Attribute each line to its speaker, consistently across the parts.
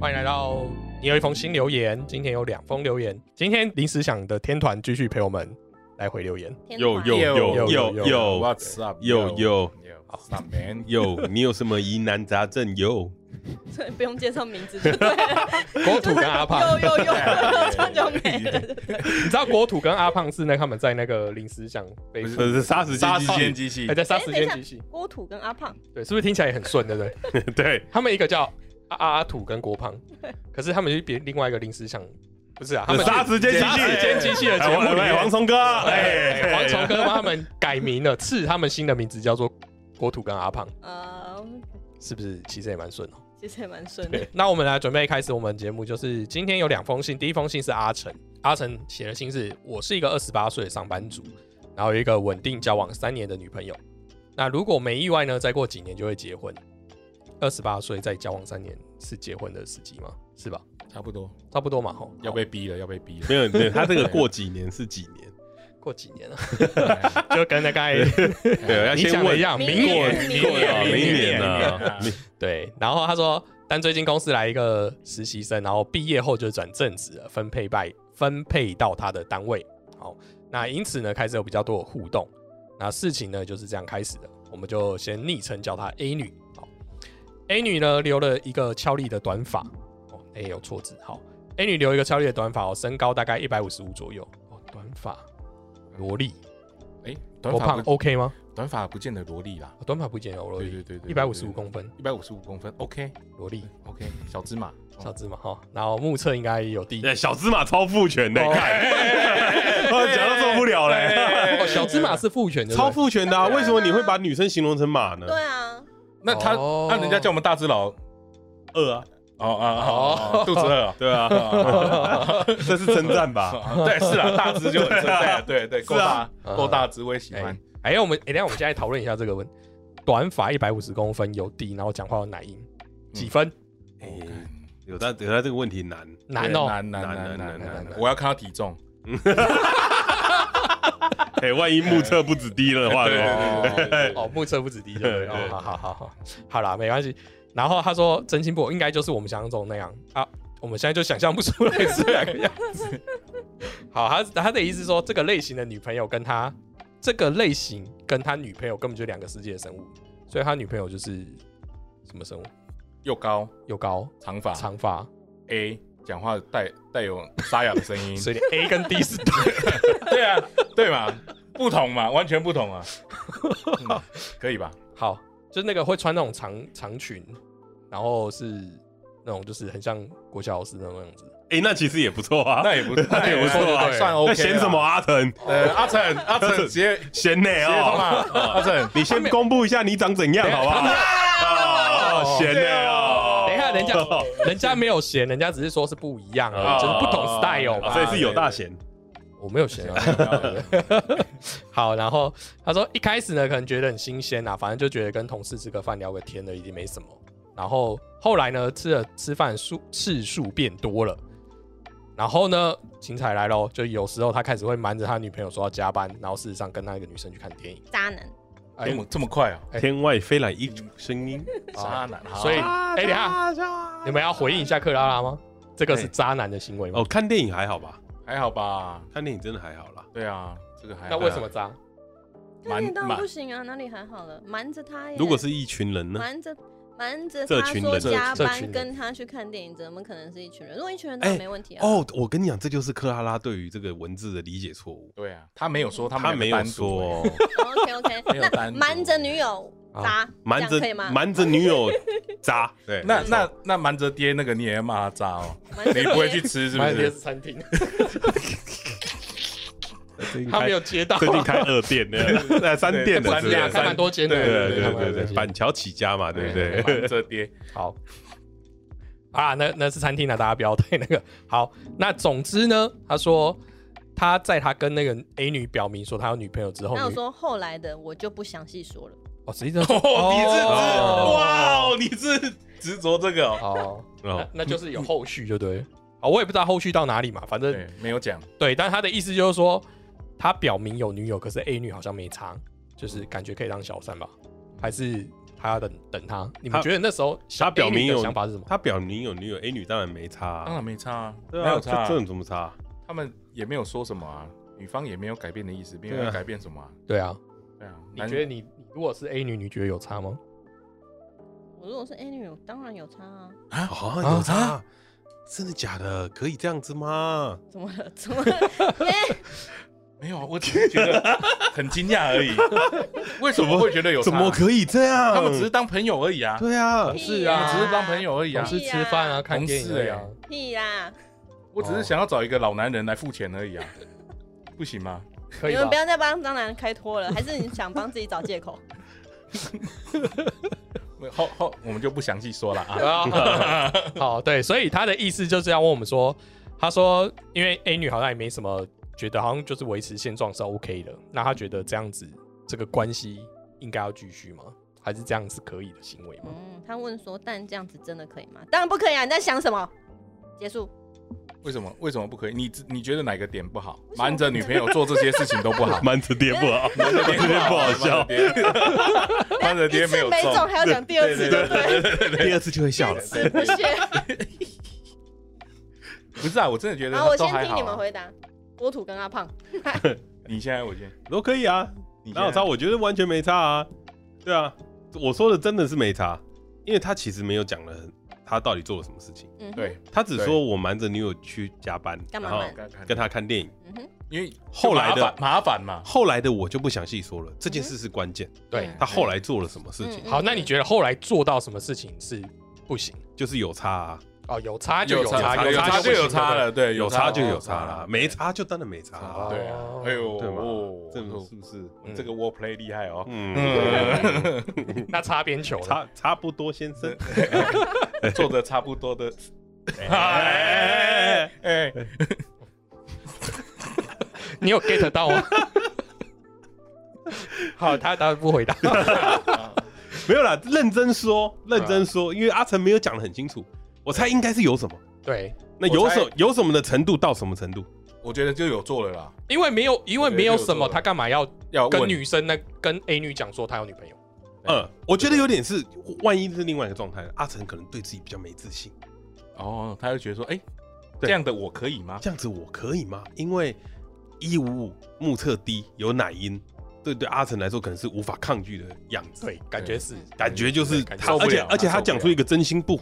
Speaker 1: 欢迎来到你有一封新留言，今天有两封留言，今天临时想的天团继续陪我们来回留言。
Speaker 2: 天
Speaker 3: 有
Speaker 2: 团
Speaker 3: 有
Speaker 1: 有
Speaker 3: 有
Speaker 1: 有
Speaker 3: 有有
Speaker 4: What's up？
Speaker 3: Yo, yo.
Speaker 4: What's up, man？
Speaker 3: 有，你有什么疑难杂症？有，
Speaker 2: 所以不用介绍名字就对了。
Speaker 1: 国土跟阿胖，
Speaker 2: 有有有，
Speaker 4: 对
Speaker 2: 这样就没了。哎
Speaker 1: 你知道国土跟阿胖是那他们在那个临时想飞
Speaker 3: 不
Speaker 1: 出，
Speaker 3: 是杀时
Speaker 4: 杀
Speaker 3: 间
Speaker 4: 时
Speaker 3: 机
Speaker 4: 间
Speaker 3: 器，
Speaker 4: 机器
Speaker 1: 哎，，在杀
Speaker 2: 哎
Speaker 1: 时
Speaker 2: 等一
Speaker 1: 间
Speaker 2: 下
Speaker 1: 机器，
Speaker 2: 郭土跟阿胖，
Speaker 1: 对，是不是听起来也很顺，对不对？
Speaker 3: 对，
Speaker 1: 他们一个叫阿阿阿土跟郭胖，可是他们就别另外一个临时想，不是啊，他们
Speaker 3: 杀时间机
Speaker 1: 杀时间
Speaker 3: 器，
Speaker 1: 机器的节
Speaker 3: 哎
Speaker 1: 目里
Speaker 3: 喂
Speaker 1: 面
Speaker 3: 喂，黄虫哥，
Speaker 1: 哎，
Speaker 3: 哎，
Speaker 1: 黄虫哥帮他们改名了，赐他们新的名字叫做国土跟阿胖，
Speaker 2: 呃，
Speaker 1: 是不是？其实也蛮顺哦。
Speaker 2: 其实也蛮顺的
Speaker 1: 对。， 那我们来准备开始我们节目，就是今天有两封信，第一封信是阿成，阿成写的信是：我是一个二十八岁的上班族，然后有一个稳定交往三年的女朋友。那如果没意外呢，再过几年就会结婚。二十八岁再交往三年是结婚的时机吗？是吧？
Speaker 4: 差不多
Speaker 1: 差不多嘛，吼，
Speaker 4: 要被逼了，要被逼了。
Speaker 3: 没有没有，他这个过几年是几年？
Speaker 1: 过几 年了，啊就跟大概
Speaker 3: 对，要
Speaker 1: 你想
Speaker 3: 先
Speaker 1: 的
Speaker 3: 问
Speaker 1: 一样，
Speaker 2: 明
Speaker 1: 明
Speaker 3: 过
Speaker 1: 年
Speaker 2: 年
Speaker 3: 过啊，
Speaker 1: 明
Speaker 3: 明
Speaker 1: 年
Speaker 3: 年啊，
Speaker 4: 明
Speaker 1: 对，然后他说，但最近公司来一个实习生，然后毕业后就转正职了，分配拜分配到他的单位。好，那因此呢，开始有比较多的互动。那事情呢就是这样开始的，我们就先昵称叫她 A 女。好，A 女呢留了一个俏丽的短发，哦，A 有错字。好，A 女留一个俏丽的短发，哦，身高大概一百五十五左右。哦，短发，萝莉，
Speaker 4: 哎，短
Speaker 1: 我
Speaker 4: 发
Speaker 1: 胖哦
Speaker 4: 不
Speaker 1: OK 吗？
Speaker 4: 短发不见得萝莉啦，
Speaker 1: 哦短发不见得有萝
Speaker 4: 对
Speaker 1: 莉，
Speaker 4: 对对对，
Speaker 1: 一百五十五公分，
Speaker 4: 一百五十五公分，OK
Speaker 1: 萝莉，
Speaker 4: OK，小芝麻，
Speaker 1: 哦小芝麻哈。然后目测应该有第一
Speaker 3: 哎，小芝麻超父权的，
Speaker 1: 哦
Speaker 3: 看， 我讲都受不了
Speaker 4: 哎
Speaker 3: 嘞，
Speaker 1: 哦，小芝麻是父权的，
Speaker 3: 超父权的哎啊，为什么你会把女生形容成马呢？
Speaker 2: 对啊，
Speaker 4: 那他
Speaker 1: 哦
Speaker 4: 那人家叫我们大只佬，哦
Speaker 3: 饿啊，
Speaker 4: 啊
Speaker 1: 哦
Speaker 4: 啊，肚子饿哦啊。
Speaker 3: 对啊， 这是称赞吧？
Speaker 4: 对，是啦，大只就很正， 对对对，够
Speaker 3: 是
Speaker 4: 大
Speaker 3: 啊
Speaker 4: 够大只，我也喜
Speaker 1: 哎、
Speaker 4: 欢。
Speaker 1: 哎、我们哎、等一下我们现在讨论一下这个问，短发一百五十公分有底，然后讲话有奶音，几分？
Speaker 3: 哎有他有他这个问题难，
Speaker 1: 难哦、
Speaker 4: 难难难难难难，我要看他体重。
Speaker 3: 哎，万一目测不止低了的 话，
Speaker 1: 哦 哦，目测不止低就对了，
Speaker 3: 对
Speaker 1: 哦好好好好，好啦，没关系。然后他说，真心不应该就是我们想象中那样啊，我们现在就想象不出来是哪个样子。 好，他他的意思是说，这个类型的女朋友跟他这个类型跟他女朋友根本就两个世界的生物，所以他女朋友就是什么生物？
Speaker 4: 又高，
Speaker 1: 又高、
Speaker 4: 长发，
Speaker 1: 长发，
Speaker 4: A 讲话带带有沙哑的声音，
Speaker 1: 所以 A 跟 D 是 对
Speaker 4: 对啊，对嘛，不同嘛，完全不同啊，嗯可以吧？
Speaker 1: 好，就是那个会穿那种长长裙，然后是那种就是很像国小老师那种样子。
Speaker 3: 哎，那其实也不错啊，
Speaker 4: 那 也不，那
Speaker 3: 也不错啊
Speaker 4: 还算
Speaker 3: 那
Speaker 4: OK。
Speaker 3: 嫌什么？阿腾？
Speaker 4: 呃，阿成，阿成直接直
Speaker 3: 嫌呢
Speaker 4: 接通
Speaker 3: 哦，
Speaker 4: 啊，阿成，
Speaker 3: 你先公布一下你长怎 样好不好？哦，嫌呢哦，
Speaker 1: 等一下，人家 人家没有嫌，人家只是说是不一样而
Speaker 3: 哦
Speaker 1: 已，就是不同 style
Speaker 3: 啊
Speaker 1: 嘛。
Speaker 3: 所以是有大嫌，
Speaker 1: 我没有嫌啊。
Speaker 4: 哎
Speaker 1: 好，然后他说一开始呢，可能觉得很新鲜啊，反正就觉得跟同事吃个饭聊个天的已经没什么。然后后来呢，吃了吃饭数次数变多了。然后呢，精彩来喽！就有时候他开始会瞒着他女朋友说要加班，然后事实上跟那个女生去看电影。
Speaker 2: 渣男。
Speaker 1: 哎啊
Speaker 3: 嗯
Speaker 4: 这么这么快啊？
Speaker 3: 天外飞来一种声音，
Speaker 4: 渣男，啊好
Speaker 1: 所以，哎、等一下，你们要回应一下克拉拉吗？这个是
Speaker 4: 哎
Speaker 1: 渣男的行为吗？
Speaker 3: 哦，看电影还好吧？
Speaker 4: 还好吧？
Speaker 3: 看电影真的还好啦。
Speaker 4: 对啊，这个还
Speaker 1: 那为什么
Speaker 3: 哎
Speaker 1: 渣？
Speaker 2: 那
Speaker 4: 蛮
Speaker 2: 你当然
Speaker 4: 蛮
Speaker 2: 不行啊，哪里还好了，瞒着他耶。
Speaker 3: 如果是一群人呢？
Speaker 2: 瞒着瞒着
Speaker 3: 这
Speaker 2: 他
Speaker 3: 群
Speaker 2: 说
Speaker 3: 人
Speaker 2: 加
Speaker 1: 这群
Speaker 2: 班
Speaker 1: 人
Speaker 2: 跟他去看电影，怎么可能是一群人？如果一群人
Speaker 3: 哎
Speaker 2: 当然没问题啊。
Speaker 3: 哦，我跟你讲，这就是克拉拉对于这个文字的理解错误。
Speaker 4: 对啊，他没有说，他
Speaker 3: 他
Speaker 4: 们
Speaker 3: 没
Speaker 4: 两
Speaker 3: 有
Speaker 4: 个单独欸，
Speaker 3: 说
Speaker 2: ，OK OK，
Speaker 4: 没有
Speaker 2: 那
Speaker 4: 单独
Speaker 2: 瞒着女友
Speaker 1: 啊
Speaker 2: 渣，
Speaker 3: 瞒
Speaker 2: 这样
Speaker 3: 着
Speaker 2: 可以吗？
Speaker 3: 瞒着女友 渣，对，
Speaker 4: 那那那瞒着爹那个你也要骂他渣哦，
Speaker 2: 瞒着
Speaker 4: 你不会去吃是不
Speaker 1: 买的
Speaker 4: 是
Speaker 1: 是？餐厅，
Speaker 3: 最近
Speaker 1: 他
Speaker 3: 开
Speaker 1: 没有接到啊。
Speaker 3: 最近开二店 呢，呃三店的
Speaker 1: 三
Speaker 3: 之类
Speaker 1: 家
Speaker 3: 的，
Speaker 1: 开蛮
Speaker 3: 三
Speaker 1: 多间的，
Speaker 4: 对
Speaker 3: 对对
Speaker 1: 开
Speaker 3: 对
Speaker 1: 蛮多
Speaker 3: 对对，
Speaker 1: 间
Speaker 3: 板桥起家嘛，对不对？
Speaker 4: 瞒着爹，
Speaker 1: 好。啊，那那是餐厅啊，大家不要太那个。好，那总之呢，他说他在他跟那个 A 女表明说他有女朋友之后，
Speaker 2: 那我
Speaker 1: 女
Speaker 2: 说后来的我就不详细说了。
Speaker 1: 哦，实际上
Speaker 4: 哦，你是执
Speaker 1: 哦
Speaker 4: 哇哦，你是执着这个哦，
Speaker 1: 哦，
Speaker 3: 哦嗯
Speaker 1: 那，那就是有后续，就对了。啊，我也不知道后续到哪里嘛，反正
Speaker 4: 对，没有讲，
Speaker 1: 对，但他的意思就是说，他表明有女友，可是 A 女好像没差，就是感觉可以当小三吧？还是他要等等他？你们
Speaker 3: 他
Speaker 1: 觉得那时候小
Speaker 3: 他表
Speaker 1: A 女
Speaker 3: 明
Speaker 1: 的
Speaker 3: 有
Speaker 1: 想法是什么？
Speaker 3: 他表明有女友，A 女当然没差
Speaker 1: 嗯
Speaker 4: 当
Speaker 3: 啊，
Speaker 4: 然没差啊，
Speaker 3: 对
Speaker 4: 没
Speaker 3: 啊，
Speaker 4: 有
Speaker 3: 这
Speaker 4: 差啊，
Speaker 3: 这有什么差？
Speaker 4: 他们也没有说什么啊，女方也没有改变的意思，没有
Speaker 3: 对啊
Speaker 4: 要改变什么啊，
Speaker 1: 对啊，
Speaker 4: 对啊，
Speaker 1: 你
Speaker 4: 男
Speaker 1: 觉得你你如果是 A 女，你觉得有差吗？
Speaker 2: 我如果是 A 女友，当然有差啊，
Speaker 3: 啊，
Speaker 1: 啊
Speaker 3: 有差？真的假的？可以这样子吗？
Speaker 2: 怎么了？怎么了？
Speaker 4: 没有啊？我只是觉得很惊讶而已，为什么会觉得有差啊
Speaker 3: 怎么可以这样？
Speaker 4: 他们只是当朋友而已啊，
Speaker 3: 对啊，
Speaker 1: 不，
Speaker 2: 屁
Speaker 1: 是
Speaker 4: 他
Speaker 1: 啊
Speaker 4: 们只是当朋友而已
Speaker 1: 也
Speaker 4: 啊
Speaker 2: 同事
Speaker 1: 是吃饭啊，看
Speaker 4: 同
Speaker 1: 电影
Speaker 4: 事
Speaker 1: 而已啊
Speaker 4: 欸。
Speaker 2: 屁啦！
Speaker 4: 我只是想要找一个老男人来付钱而已啊， 不行吗？
Speaker 1: 可
Speaker 2: 你
Speaker 1: 以
Speaker 2: 们
Speaker 1: 吧
Speaker 2: 不？要再帮张楠开脱了，还是你想帮自己找借口？
Speaker 4: 后后我们就不详细说了啊。
Speaker 1: 啊，好，对，所以他的意思就是要问我们说，他说因为 A 女好像也没什么觉得，好像就是维持现状是 OK 的，那他觉得这样子这个关系应该要继续吗？还是这样是可以的行为吗？
Speaker 2: 嗯，他问说，但这样子真的可以吗？当然不可以啊！你在想什么？结束。
Speaker 4: 为什么为什么不可以？你你觉得哪个点不好？
Speaker 2: 为什么
Speaker 4: 瞒着女朋友做这些事情都不好
Speaker 3: 蛮直跌不 好，
Speaker 4: 瞒着
Speaker 3: 这
Speaker 4: 爹
Speaker 3: 边不好笑，，
Speaker 4: 瞒着爹
Speaker 2: 一
Speaker 4: 没
Speaker 2: 次
Speaker 4: 有
Speaker 2: 没中，
Speaker 4: 中。
Speaker 2: 还要讲第二次，对不对？
Speaker 3: 第二次就会笑了。
Speaker 2: 死 不屑。
Speaker 4: 不是啊，我真的觉得
Speaker 2: 然后我
Speaker 4: 都
Speaker 2: 先
Speaker 4: 还
Speaker 2: 听
Speaker 4: 好
Speaker 2: 你们
Speaker 4: 啊。
Speaker 2: 回答，波土跟阿胖，嗯
Speaker 4: 你现在我先，
Speaker 3: 都可以啊，
Speaker 4: 你
Speaker 3: 哪有差？
Speaker 4: 我？
Speaker 3: 我觉得完全没差啊。对啊，我说的真的是没差，因为他其实没有讲了他到底做了什么事情，
Speaker 2: 嗯哼，
Speaker 4: 对，
Speaker 3: 他只
Speaker 4: 对
Speaker 3: 说我瞒着女友去加班，
Speaker 2: 干嘛
Speaker 3: 然后
Speaker 2: 瞒
Speaker 3: 跟他看电影。
Speaker 2: 嗯哼，
Speaker 4: 因为
Speaker 3: 后来的
Speaker 4: 就麻烦麻烦嘛，
Speaker 3: 后来的我就不详细说了，这件事是关键，
Speaker 1: 对，
Speaker 2: 嗯
Speaker 3: 他后来做了什么事情，
Speaker 2: 嗯
Speaker 1: 好，那你觉得后来做到什么事情是不行？
Speaker 3: 就是有差啊，
Speaker 1: 哦，有差就
Speaker 3: 差
Speaker 1: 差，
Speaker 4: 有
Speaker 1: 差
Speaker 4: 差就有
Speaker 1: 不行
Speaker 4: 差。哦了，对，
Speaker 3: 有差就有差
Speaker 4: 了
Speaker 3: 啦，，没差就当然没差啦，
Speaker 1: 哦
Speaker 4: 对啊。哎呦，
Speaker 3: 对吧
Speaker 4: 哦？
Speaker 3: 这种是不是？
Speaker 1: 嗯
Speaker 4: 这个 war play 厉害哦。
Speaker 3: 嗯，
Speaker 1: 对不对那擦边球呢？
Speaker 3: 差差不多，先生。
Speaker 4: 做的差不多 的。哎哎，
Speaker 1: 你有 get 到 吗？好，他他不 回答。
Speaker 3: 没有啦，认真说，
Speaker 4: 啊
Speaker 3: 认真说，因为阿成没有讲的很清楚，我猜应该是有什么。
Speaker 1: 对，
Speaker 3: 那
Speaker 4: 我
Speaker 3: 有
Speaker 4: 猜
Speaker 3: 什有什么的程度到什么程度？
Speaker 4: 我觉得就有做了啦。
Speaker 1: 因为没有，因为没有什么，
Speaker 4: 我觉得就有做了
Speaker 1: 他干嘛要
Speaker 4: 要
Speaker 1: 跟
Speaker 4: 问
Speaker 1: 女生那跟 A 女讲说他有女朋友？
Speaker 4: 对
Speaker 3: 嗯，我觉得有点是，万一是另外一个状态，阿成可能对自己比较没自信，
Speaker 4: 哦，他就觉得说，哎，
Speaker 3: 对
Speaker 4: 这样的我可以吗？
Speaker 3: 这样子我可以吗？因为一五五目测低有奶音，对对，阿成来说可能是无法抗拒的样子，
Speaker 1: 对，感觉是
Speaker 3: 感觉就是
Speaker 1: 对感觉
Speaker 3: 他，
Speaker 4: 受不
Speaker 3: 而且
Speaker 4: 了
Speaker 3: 而且
Speaker 4: 他
Speaker 3: 他
Speaker 4: 受不
Speaker 3: 讲出
Speaker 4: 了
Speaker 3: 一个真心不唬，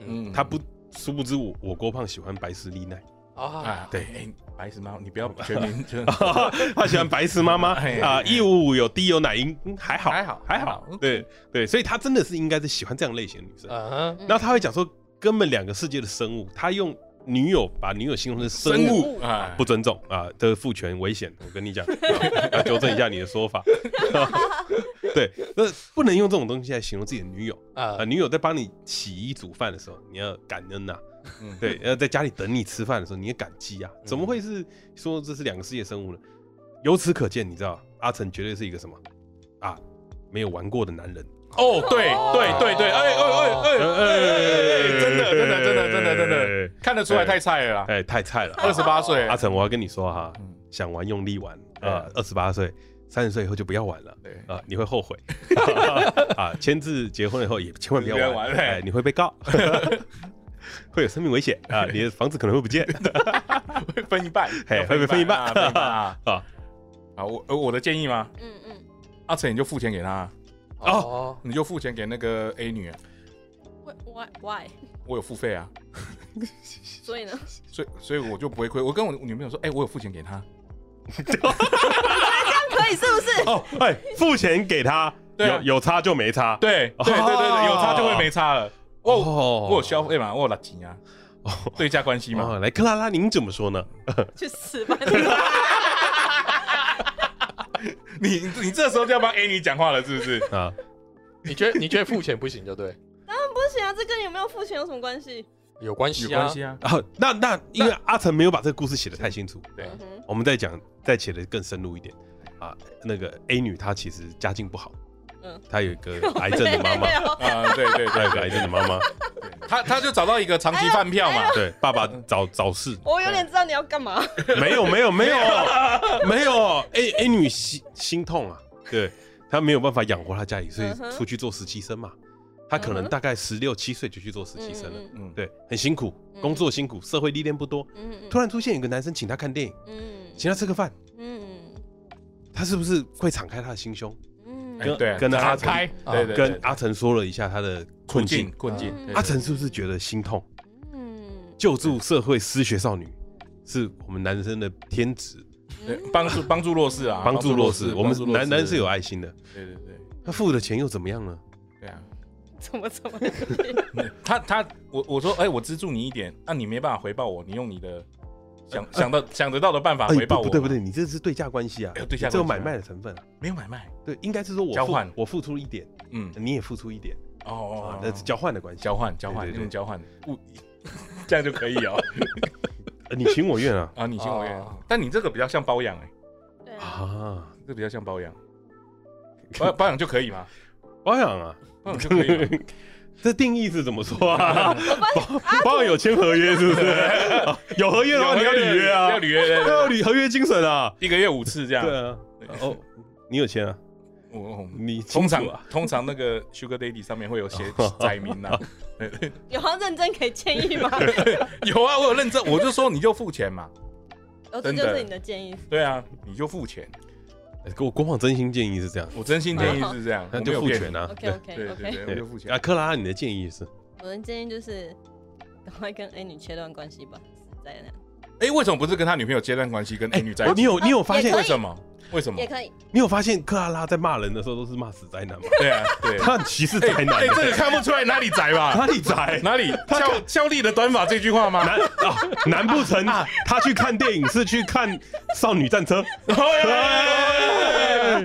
Speaker 4: 嗯，
Speaker 3: 他不。殊不知我我郭胖喜欢白石丽奈，
Speaker 1: 啊
Speaker 4: 啊，，对，哎，白石猫，你不要全民 全
Speaker 3: 他喜欢白石妈妈
Speaker 4: 哎
Speaker 3: 啊，一五五有低有奶音，嗯还好
Speaker 4: 还好嗯
Speaker 3: 还好
Speaker 4: 还好，
Speaker 3: 对对，所以他真的是应该是喜欢这样类型的女生。
Speaker 1: 嗯哼，
Speaker 2: 嗯
Speaker 3: 然后他会讲说，根本两个世界的生物，他用女友把女友形容成生物，
Speaker 4: 啊
Speaker 3: 不尊重啊，这父权危险。我跟你讲，啊要纠正一下你的说法。 对，那不能用这种东西来形容自己的女友啊，
Speaker 1: 呃，
Speaker 3: 女友在帮你洗衣煮饭的时候，你要感恩呐、
Speaker 4: 嗯
Speaker 3: 对，要在家里等你吃饭的时候，你也感激啊。怎么会是说这是两个世界生物呢？由此可见，你知道阿成绝对是一个什么啊？没有玩过的男人。
Speaker 4: 哦，对对对对，哎哎哎哎哎哎，哎真的真的真的真的真的，看得出来太菜了啦，
Speaker 3: 哎，太菜了。
Speaker 4: 二十八岁
Speaker 3: 阿，成，我要跟你说哈，
Speaker 4: 嗯
Speaker 3: 想玩用力玩
Speaker 4: 对
Speaker 3: 啊，二十八岁、三十岁以后就不要玩了。
Speaker 4: 对
Speaker 3: 啊、你会后 悔 啊！签字结婚了以后也千万不要
Speaker 4: 不要
Speaker 3: 玩，
Speaker 4: 玩
Speaker 3: 哎，
Speaker 4: 嘿
Speaker 3: 你会被 告， 会有生命危险啊！你的房子可能会不 见
Speaker 4: 会分一半，
Speaker 3: 嘿会不会分一半
Speaker 4: 啊分一半啊！
Speaker 3: 啊！
Speaker 4: 啊，我呃我的建议吗？
Speaker 2: 嗯嗯，
Speaker 4: 阿成你就付钱给他，
Speaker 1: 哦，
Speaker 4: 你就付钱给那个 A 女啊，
Speaker 2: 为 why why？
Speaker 4: 我有付费啊，
Speaker 2: 所以呢，
Speaker 4: 所以所以我就不会亏。我跟我女朋友说，哎，我有付钱给他，
Speaker 2: 可以是不是？
Speaker 3: 哦，哎，付钱给他，
Speaker 4: 对啊
Speaker 3: 有有差就没差，
Speaker 4: 对对对对对，有差就会没差了。我有
Speaker 3: 哦
Speaker 4: 哦我有消费嘛，我有拿钱啊，对价关系嘛。
Speaker 3: 哦，来克拉拉，您怎么说呢？
Speaker 2: 去死 吧！
Speaker 4: 你你这时候就要帮 A 女讲话了，是不是？
Speaker 3: 啊，
Speaker 1: 你觉得 你觉得付钱不行就对，
Speaker 2: 不行啊，这跟你有没有付钱有什么关系？
Speaker 1: 有关系
Speaker 4: 有
Speaker 1: 啊，
Speaker 4: 关系啊，
Speaker 3: 然后那那因为阿成没有把这个故事写得太清楚，
Speaker 4: 对
Speaker 2: 嗯哼，
Speaker 3: 我们再讲，再写的更深入一点啊。那个 A 女她其实家境不好，
Speaker 2: 嗯
Speaker 3: 她有一个癌症的妈 妈，
Speaker 2: 没有
Speaker 4: 啊，对对
Speaker 3: 她有一
Speaker 4: 对
Speaker 3: 个癌
Speaker 4: 对
Speaker 3: 症的妈妈，
Speaker 4: 他他就找到一个长期饭票嘛，
Speaker 3: 对，爸爸早早逝，
Speaker 2: 我有点知道你要干嘛。
Speaker 3: 没有没有 没有没有，A A 女心心痛啊，对她没有办法养活她家里，所以
Speaker 2: 嗯哼
Speaker 3: 出去做实习生嘛。她可能
Speaker 2: 嗯哼
Speaker 3: 大概十六七岁就去做实习生了，
Speaker 4: 嗯，
Speaker 3: 对，很辛苦，
Speaker 2: 嗯
Speaker 3: 工作辛苦，社会历练不多。
Speaker 2: 嗯嗯
Speaker 3: 突然出现有个男生请她看电影，
Speaker 2: 嗯
Speaker 3: 请她吃个饭，
Speaker 2: 嗯
Speaker 3: 她是不是会敞开她的心胸，
Speaker 2: 嗯
Speaker 4: 哎
Speaker 3: 跟
Speaker 4: 对啊，
Speaker 3: 跟阿
Speaker 4: 他
Speaker 3: 成
Speaker 4: 开，
Speaker 1: 啊
Speaker 4: 对对，
Speaker 3: 跟阿成说了一下她的困
Speaker 4: 困
Speaker 3: 境
Speaker 4: 境？困境，对
Speaker 3: 阿成是不是觉得心痛？
Speaker 2: 嗯
Speaker 3: 救助社会失学少女是我们男生的天职，
Speaker 4: 对帮助帮助弱势啊，
Speaker 3: 帮助弱势。我
Speaker 4: 帮助
Speaker 3: 们
Speaker 4: 弱势
Speaker 3: 男男是有，啊爱心的，
Speaker 4: 对对对
Speaker 3: 他付的钱又怎么样呢？
Speaker 4: 对啊。
Speaker 2: 怎么 怎么？
Speaker 4: 他他我我说哎、我资助你一点，那、你没办法回报我，你用你的想想到想得到的办法
Speaker 3: 呃哎
Speaker 4: 回报
Speaker 3: 不
Speaker 4: 我，
Speaker 3: 不对不对，你这是对价关系啊，
Speaker 4: 哎有对价
Speaker 3: 你这有
Speaker 4: 关
Speaker 3: 买
Speaker 4: 系啊
Speaker 3: 卖的成分啊。
Speaker 4: 没有买卖，
Speaker 3: 对，应该是说我
Speaker 4: 交
Speaker 3: 付
Speaker 4: 换
Speaker 3: 我付出一点，
Speaker 4: 嗯，
Speaker 3: 你也付出一点
Speaker 4: 哦哦
Speaker 3: 啊，，
Speaker 4: 哦
Speaker 3: 那是交换的关系。
Speaker 4: 交换交换
Speaker 3: 对对对
Speaker 4: 用交换物， 这样就可以哦
Speaker 3: 呃你情我愿啊
Speaker 4: 啊，你情我愿
Speaker 1: 哦，
Speaker 4: 但你这个比较像包养哎、
Speaker 2: 对啊，
Speaker 3: 啊，
Speaker 4: 这比较像包养，包包养就可以吗？
Speaker 3: 包养啊，
Speaker 4: 包养就可 以吗？
Speaker 3: 这定义是怎么说 啊？包包养有签合约是不是？啊有合约的话你要履约啊
Speaker 4: 要，履约，对对
Speaker 3: 要履合约精神啊。
Speaker 4: 一个月五次这样。
Speaker 3: 对啊，哦，你有签啊？
Speaker 4: 我我
Speaker 3: 你
Speaker 4: 通
Speaker 3: 清楚
Speaker 4: 常
Speaker 3: 啊？
Speaker 4: 通常那个 Sugar Daddy 上面会 有写载明啊，
Speaker 2: 有要认真给建议吗？
Speaker 4: 有啊，我有认证，我就说你就付钱嘛。
Speaker 2: 哦，这就是你的建议。
Speaker 4: 对啊，你就付钱。
Speaker 3: 哎我官网真心建议是这样，
Speaker 4: 我真心建议是这样，
Speaker 3: 那就
Speaker 4: 我
Speaker 3: 付
Speaker 4: 没有
Speaker 3: 权
Speaker 4: 骗你。
Speaker 3: 啊。
Speaker 2: OK
Speaker 4: 对
Speaker 2: OK
Speaker 4: 对
Speaker 2: OK，
Speaker 4: 对，我就付钱
Speaker 3: 啊，。克拉拉，你的建议是？
Speaker 2: 我的建议就是赶快跟 A 女切断关系吧，实在的。
Speaker 4: 哎，为什么不是跟他女朋友阶段关系，跟 A 哎女在一
Speaker 3: 哦你
Speaker 4: 起？
Speaker 3: 有你有发现
Speaker 2: 也哎可
Speaker 4: 为
Speaker 2: 以
Speaker 4: 什么？为什么
Speaker 2: 也？可以，
Speaker 3: 你有发现克拉拉在骂人的时候都是骂死宅男吗？
Speaker 4: 对啊，对。
Speaker 3: 他很歧视
Speaker 4: 哎
Speaker 3: 宅男啊
Speaker 4: 哎，，这个看不出来哪里宅吧？
Speaker 3: 哪里宅？
Speaker 4: 哪里？肖肖丽的短发这句话吗？
Speaker 3: 难啊，难不成他去看电影是去看《少女战 车》？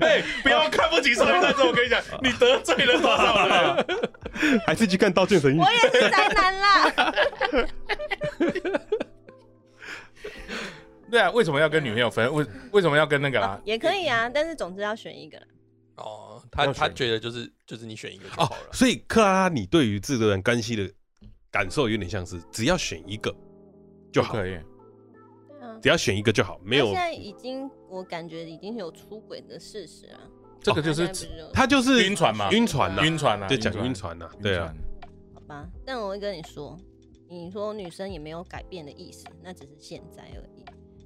Speaker 4: 哎，不要看不起少女战士，我跟你讲，你得罪了多少人？
Speaker 3: 还是去看《刀剑神域
Speaker 2: 我》？也是宅男 啦。
Speaker 4: 对啊，为什么要跟女朋友分？为为什么要跟那个啊？
Speaker 2: 也可以啊，但是总之要选一个啦。
Speaker 1: 哦，他
Speaker 4: 要
Speaker 1: 他
Speaker 4: 选
Speaker 1: 觉得就是就是你选一个就
Speaker 3: 哦
Speaker 1: 好，了。
Speaker 3: 所以克拉拉，你对于这段关系的感受有点像是只要选一个就好，
Speaker 4: 可以。
Speaker 2: 对啊，
Speaker 3: 只要选一个就好，没
Speaker 2: 他
Speaker 3: 有
Speaker 2: 现在已经，我感觉已经有出轨的事实啊。
Speaker 4: 这个就是
Speaker 2: 他现在不就
Speaker 3: 他就是
Speaker 4: 晕船嘛
Speaker 3: 晕船呐，
Speaker 4: 晕船啊，
Speaker 3: 就讲晕船呐，对啊，，
Speaker 2: 好吧，但我会跟你说，你说女生也没有改变的意思，那只是现在而已。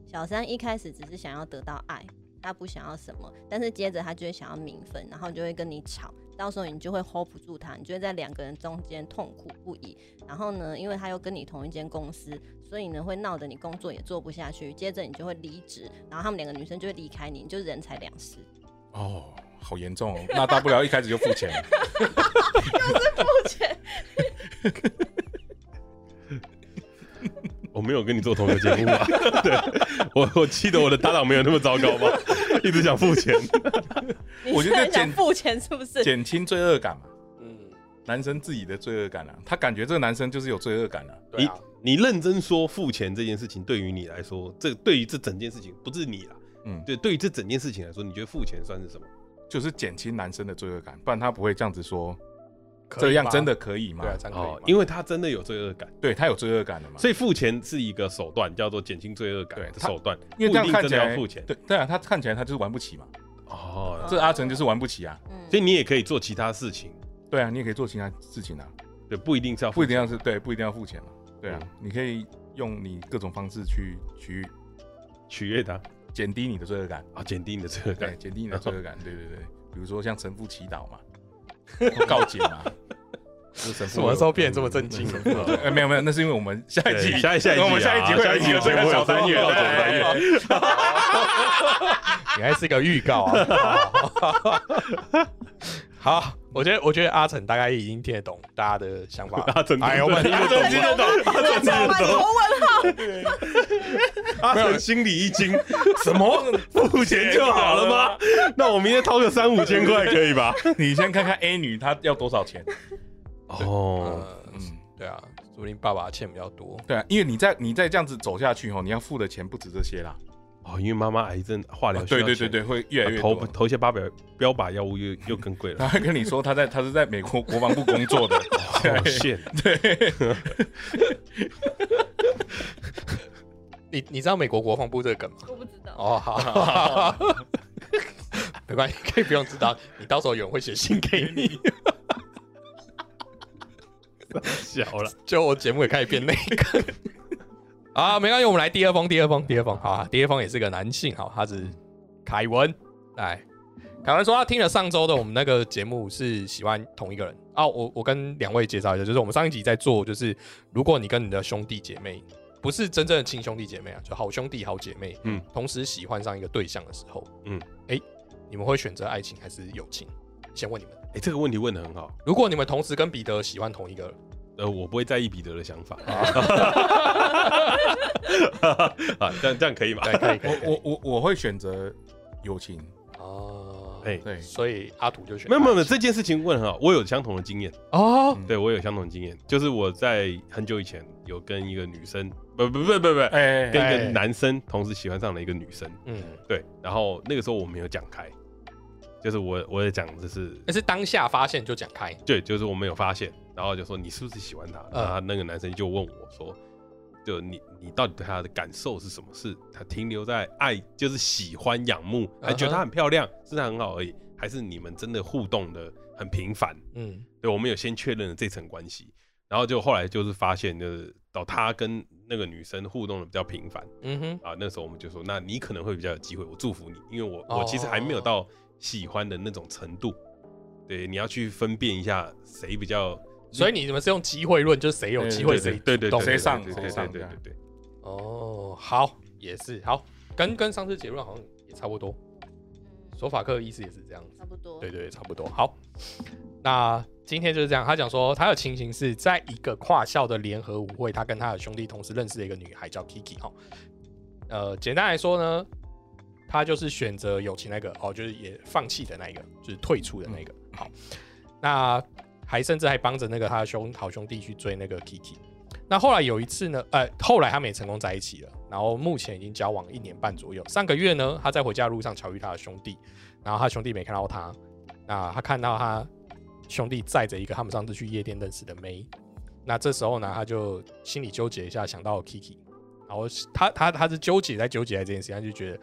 Speaker 2: 小三一开始只是想要得到爱，她不想要什么，但是接着她就会想要名分，然后就会跟你吵，到时候你就会 hold 不住她，你就会在两个人中间痛苦不已。然后呢，因为她又跟你同一间公司，所以呢会闹得你工作也做不下去，接着你就会离职，然后他们两个女生就会离开你，你就人财两失。
Speaker 4: 哦，好严重哦。那大不了一开始就付钱，
Speaker 3: 我没有跟你做同一个节目啊， 对我我记得我的搭档没有那么糟糕 吧，一直想付钱，
Speaker 2: 你
Speaker 4: 我
Speaker 2: 是
Speaker 4: 觉得
Speaker 2: 很想
Speaker 4: 简
Speaker 2: 付钱是不是？
Speaker 4: 减轻罪恶感嘛。
Speaker 1: 嗯，
Speaker 4: 男生自己的罪恶感啊，他感觉这个男生就是有罪恶感啊。
Speaker 1: 对
Speaker 3: 你
Speaker 1: 啊，
Speaker 3: 你认真说付钱这件事情，对于你来说，这对于这整件事情不是你啦，
Speaker 4: 嗯，
Speaker 3: 对，对于这整件事情来说，你觉得付钱算是什么？
Speaker 4: 就是减轻男生的罪恶感，不然他不会这样子说，
Speaker 1: 可以
Speaker 4: 这样
Speaker 1: 吗
Speaker 4: 真的哦可以吗
Speaker 1: 对？啊，这样可以吗，
Speaker 3: 因
Speaker 1: 为
Speaker 3: 为他真的有罪恶感，
Speaker 4: 对他有罪恶感了嘛？
Speaker 3: 所以付钱是一个手段，叫做减轻罪恶感
Speaker 4: 对
Speaker 3: 的
Speaker 4: 他
Speaker 3: 手段，
Speaker 4: 因为这样
Speaker 3: 不一定
Speaker 4: 看
Speaker 3: 真
Speaker 4: 起
Speaker 3: 的
Speaker 4: 来
Speaker 3: 要付钱。
Speaker 4: 对对啊，他看起来他就是玩不起嘛。
Speaker 3: 哦，
Speaker 4: 这阿成就是玩不起啊。
Speaker 2: 嗯
Speaker 3: 所以你也可以做其他事情，
Speaker 4: 对啊，你也可以做其他事情啊，
Speaker 3: 对，不一定是要
Speaker 4: 不
Speaker 3: 付
Speaker 4: 一定
Speaker 3: 钱。
Speaker 4: 要是对，不一定要付钱嘛。对啊
Speaker 3: 嗯，
Speaker 4: 你可以用你各种方式去去
Speaker 3: 取悦他
Speaker 4: 减低你的罪恶感。
Speaker 3: 啊，减低你的罪恶
Speaker 4: 对，
Speaker 3: 感。
Speaker 4: 减低你的罪 恶感，对对对，比如说像神父祈祷嘛， 或告解嘛，就是神父
Speaker 1: 什么时候变得这么正经了？
Speaker 4: 对呃，没有没有，那是因为我们下一集，
Speaker 3: 对下一下一集啊
Speaker 4: 我们下一集会有一集有这
Speaker 1: 哦
Speaker 4: 个小单
Speaker 3: 下一集
Speaker 4: 元，
Speaker 3: 会有这个小单元
Speaker 4: 对对对
Speaker 1: 原来是个预告啊。 好，我觉得我觉得阿成大概已经听得懂大家的想法了。
Speaker 3: 阿成
Speaker 1: 哎，我们
Speaker 3: 听得懂
Speaker 1: 听得懂，
Speaker 2: 我怎么头文
Speaker 3: 阿成心里一 惊，什么付钱就好了吗？那我明天掏个三五千块可以 吧？
Speaker 4: 你先看看 A 女她要多少钱，
Speaker 3: 哦，
Speaker 1: 呃
Speaker 4: 嗯，
Speaker 1: 对啊，说不定爸爸欠比较多。
Speaker 4: 对啊，因为你在你再这样子走下去哦，你要付的钱不止这些啦，
Speaker 3: 哦，因为妈妈癌症化疗需要
Speaker 4: 对
Speaker 3: 钱，
Speaker 4: 啊
Speaker 3: 啊
Speaker 4: 对对对，会越来越
Speaker 3: 投
Speaker 4: 多。
Speaker 3: 投一些八百标靶药物又又更贵了
Speaker 4: 他。还跟你说他在他是在美国国防部工 作的，
Speaker 3: 哦，线
Speaker 4: 对，
Speaker 1: 你你知道美国国防部这个梗吗？
Speaker 2: 我不知道。
Speaker 1: 哦，好，好好好 没关系，可以不用知道，你到时候有人会写信给你。
Speaker 3: 小了，
Speaker 1: 就我节目也开始变那个 啊，没关系，我们来第二封，第二封，第二封，好啊，第二封也是个男性，好，他是凯文，来，凯文说他听了上周的我们那个节目是喜欢同一个人啊，我我跟两位介绍一下，就是我们上一集在做，就是如果你跟你的兄弟姐妹不是真正的亲兄弟姐妹啊，就好兄弟好姐妹，嗯
Speaker 3: 嗯，
Speaker 1: 同时喜欢上一个对象的时候，嗯
Speaker 3: 嗯，
Speaker 1: 哎、你们会选择爱情还是友情？先问你们，
Speaker 3: 哎，这个问题问的很好。
Speaker 1: 如果你们同时跟彼得喜欢同一个人，
Speaker 3: 呃，我不会在意彼得的想法 啊，这样这样可以吗？
Speaker 1: 对，可以，可以，可以
Speaker 4: 我我我我会选择友情，
Speaker 1: 哦，
Speaker 3: 哎，
Speaker 4: 对，
Speaker 1: 所以阿土就选
Speaker 3: 没有没有没有，这件事情问得很好，我有相同的经验，
Speaker 1: 哦，
Speaker 4: 嗯
Speaker 3: 对我有相同的经验，就是我在很久以前有跟一个女生，不不不不不，
Speaker 4: 哎，
Speaker 3: 跟一个男生同时喜欢上了一个女生，
Speaker 1: 嗯，
Speaker 3: 对，然后那个时候我没有讲开，就是我我也讲就是
Speaker 1: 但是当下发现就讲开，
Speaker 3: 对，就是我们有发现，然后就说你是不是喜欢他？
Speaker 1: 嗯
Speaker 3: 然后那个男生就问我说，就你你到底对他的感受是什么？是他停留在爱，就是喜欢、仰慕，还觉得她很漂亮，是她很好而已，还是你们真的互动的很频繁？
Speaker 1: 嗯，
Speaker 3: 对，我们有先确认了这层关系，然后就后来就是发现，就是到他跟那个女生互动的比较频繁
Speaker 1: 嗯哼，
Speaker 3: 啊，那时候我们就说，那你可能会比较有机会，我祝福你，因为我、
Speaker 1: 哦
Speaker 3: 我其实还没有到喜欢的那种程度，对，你要去分辨一下谁比较
Speaker 1: 所以你们是用机会论，就是谁有机会
Speaker 3: 对
Speaker 1: 谁
Speaker 3: 对对
Speaker 1: 主动
Speaker 3: 对
Speaker 4: 谁上
Speaker 3: 对
Speaker 4: 谁
Speaker 3: 对
Speaker 4: 上
Speaker 3: 对
Speaker 4: 这
Speaker 3: 对
Speaker 4: 样
Speaker 3: 对对，
Speaker 1: 哦，好，也是好，跟跟上次结论好像也差不多，
Speaker 2: 嗯，
Speaker 1: 索法克的意思也是这样子，
Speaker 2: 差不多。
Speaker 1: 对对，差不多，好，那。今天就是这样，他讲说他的情形是在一个跨校的联合舞会，他跟他的兄弟同时认识了一个女孩叫 Kiki 哦。呃，简单来说呢，他就是选择友情那个哦，就是也放弃的那一个，就是退出的那个。好，那还甚至还帮着那个他的兄好兄弟去追那个 Kiki。那后来有一次呢，呃，后来他们也成功在一起了，然后目前已经交往一年半左右。上个月呢，他在回家的路上巧遇他的兄弟，然后他兄弟没看到他，那他看到他兄弟载着一个他们上次去夜店认识的妹，那这时候呢，他就心里纠结一下，想到了 Kiki，然后他他他是纠结在纠结在这件事情，他就觉得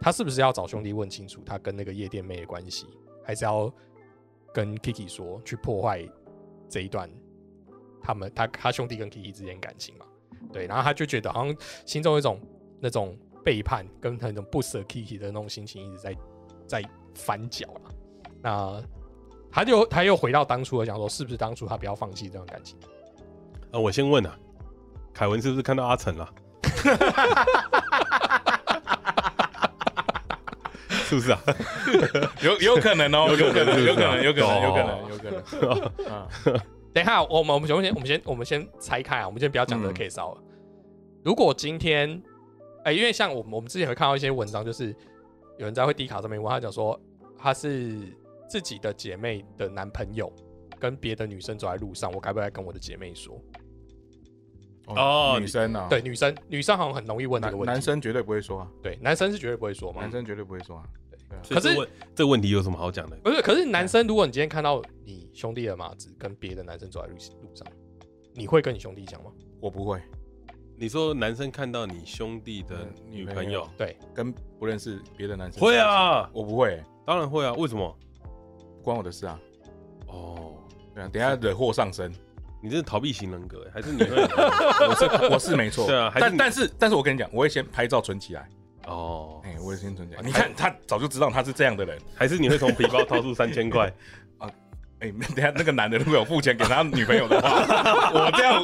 Speaker 1: 他是不是要找兄弟问清楚他跟那个夜店妹的关系，还是要跟 Kiki 说去破坏这一段他们他他兄弟跟 Kiki 之间的感情嘛？对，然后他就觉得好像心中有一种那种背叛跟那种不舍 Kiki 的那种心情一直在在翻搅啊。那他就他又回到当初的想说，是不是当初他不要放弃这段感情？
Speaker 3: 啊，我先问啊，凯文是不是看到阿成了？ 是不是啊？
Speaker 4: 有有可能哦，有可能，有可能，有可能，有可
Speaker 3: 哦
Speaker 4: 能，有 可能。啊
Speaker 1: 等一下，我们我们我们先我们先我们先拆开啊，我们先不要讲这个
Speaker 4: 嗯
Speaker 1: case 好了。如果今天，哎、因为像我们我们之前有看到一些文章，就是有人在会低卡上面问他讲说，他是自己的姐妹的男朋友跟别的女生走在路上，我该不该跟我的姐妹说？
Speaker 3: 哦
Speaker 4: 女生啊，
Speaker 1: 对，，女生女生好像很容易问这个
Speaker 4: 男
Speaker 1: 问题，
Speaker 4: 男生绝对不会说啊，
Speaker 1: 对男生是绝对不会
Speaker 3: 嗯
Speaker 1: 说嘛
Speaker 4: 男。生绝对不会说啊。
Speaker 1: 可是
Speaker 3: 所以这问这问题有什么好讲的？
Speaker 1: 不是，可是男生，如果你今天看到你兄弟的马子跟别的男生走在路路上，你会跟你兄弟讲吗？
Speaker 4: 我不会
Speaker 3: 你说男生看到你兄弟的
Speaker 4: 嗯
Speaker 3: 女
Speaker 4: 女朋
Speaker 3: 朋友
Speaker 4: 友，
Speaker 1: 对，
Speaker 4: 跟不认识别的男生。
Speaker 3: 会，啊，
Speaker 4: 我不会，
Speaker 3: 当然会啊，为什么？
Speaker 4: 不关我的事啊。
Speaker 3: 哦，
Speaker 4: 对啊，等一下惹祸上 身，
Speaker 3: 你这是逃避型人格欸，还是你会？
Speaker 4: 我是我是没错。
Speaker 3: 对啊还是
Speaker 4: 但
Speaker 3: 你
Speaker 4: 但是但是我跟你讲，我会先拍照存起来。
Speaker 3: 哦，
Speaker 4: 哎，我会先存起来。
Speaker 3: 啊
Speaker 4: 你看他早就知道他是这样的人。
Speaker 3: 还是你会从皮包掏出三千 块？
Speaker 4: 哎， 等一下那个男的如果有付钱给他女朋友 的话，我这样